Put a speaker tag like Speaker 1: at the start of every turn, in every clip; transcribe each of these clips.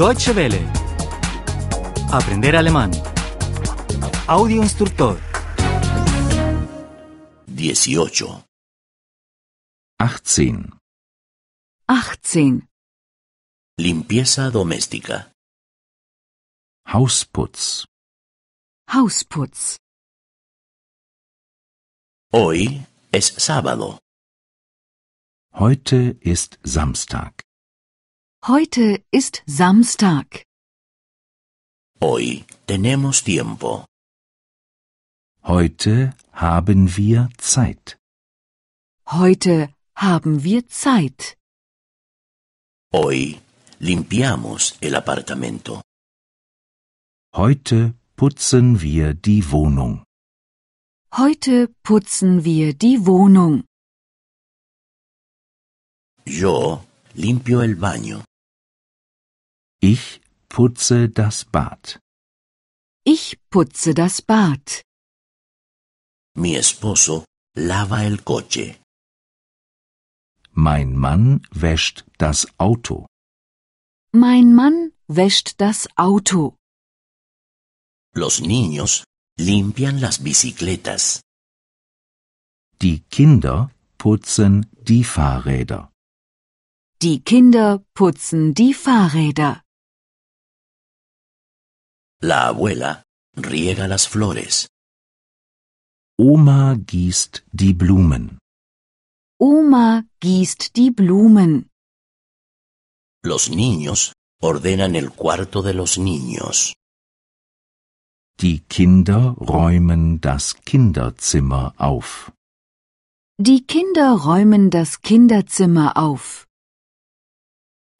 Speaker 1: Deutsche Welle. Aprender alemán. Audio instructor.
Speaker 2: 18.
Speaker 3: 18.
Speaker 4: 18.
Speaker 2: Limpieza doméstica.
Speaker 3: Hausputz.
Speaker 4: Hausputz.
Speaker 2: Hoy es sábado.
Speaker 3: Heute ist Samstag.
Speaker 4: Heute ist Samstag.
Speaker 2: Hoy tenemos tiempo.
Speaker 3: Heute haben wir Zeit.
Speaker 4: Heute haben wir Zeit.
Speaker 2: Hoy limpiamos el apartamento.
Speaker 3: Heute putzen wir die Wohnung.
Speaker 4: Heute putzen wir die Wohnung.
Speaker 2: Yo limpio el baño.
Speaker 3: Ich putze das Bad.
Speaker 4: Ich putze das Bad.
Speaker 2: Mi esposo lava el coche.
Speaker 3: Mein Mann wäscht das Auto.
Speaker 4: Mein Mann wäscht das Auto.
Speaker 2: Los niños limpian las bicicletas.
Speaker 3: Die Kinder putzen die Fahrräder.
Speaker 4: Die Kinder putzen die Fahrräder.
Speaker 2: La abuela riega las flores.
Speaker 3: Oma gießt die Blumen.
Speaker 4: Oma gießt die Blumen.
Speaker 2: Los niños ordenan el cuarto de los niños.
Speaker 3: Die Kinder räumen das Kinderzimmer auf.
Speaker 4: Die Kinder räumen das Kinderzimmer auf.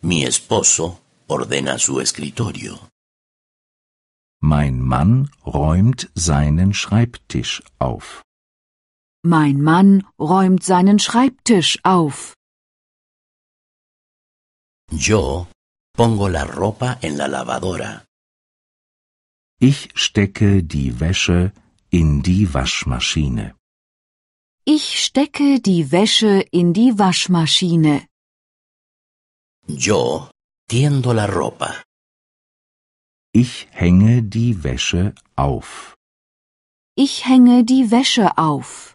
Speaker 2: Mi esposo ordena su escritorio.
Speaker 3: Mein Mann räumt seinen Schreibtisch auf.
Speaker 4: Mein Mann räumt seinen Schreibtisch auf.
Speaker 2: Yo pongo la ropa en la lavadora.
Speaker 3: Ich stecke die Wäsche in die Waschmaschine.
Speaker 4: Ich stecke die Wäsche in die Waschmaschine.
Speaker 2: Yo tiendo la ropa.
Speaker 3: Ich hänge die Wäsche auf.
Speaker 4: Ich hänge die Wäsche auf.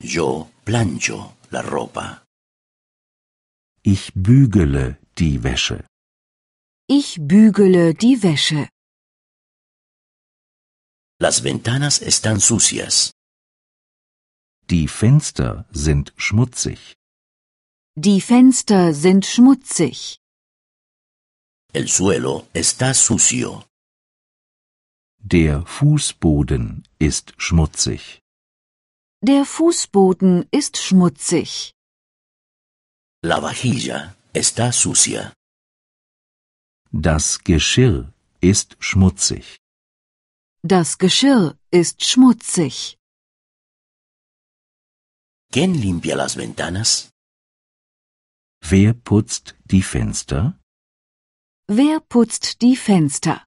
Speaker 2: Yo plancho la ropa.
Speaker 3: Ich bügele die Wäsche.
Speaker 4: Ich bügele die Wäsche.
Speaker 2: Las ventanas están sucias.
Speaker 3: Die Fenster sind schmutzig.
Speaker 4: Die Fenster sind schmutzig.
Speaker 2: El suelo está sucio.
Speaker 3: Der Fußboden ist schmutzig.
Speaker 4: Der Fußboden ist schmutzig.
Speaker 2: La vajilla está sucia.
Speaker 3: Das Geschirr ist schmutzig.
Speaker 4: Das Geschirr ist schmutzig.
Speaker 2: ¿Quién limpia las ventanas?
Speaker 3: Wer putzt die Fenster?
Speaker 4: Wer putzt die Fenster?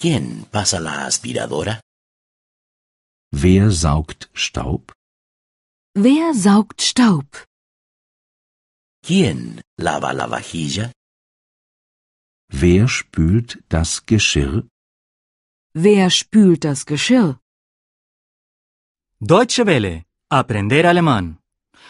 Speaker 2: ¿Quién pasa la aspiradora?
Speaker 3: Wer saugt Staub?
Speaker 4: Wer saugt Staub?
Speaker 2: ¿Quién lava la vajilla?
Speaker 3: Wer spült das Geschirr?
Speaker 4: Wer spült das Geschirr?
Speaker 1: Deutsche Welle. Aprender alemán.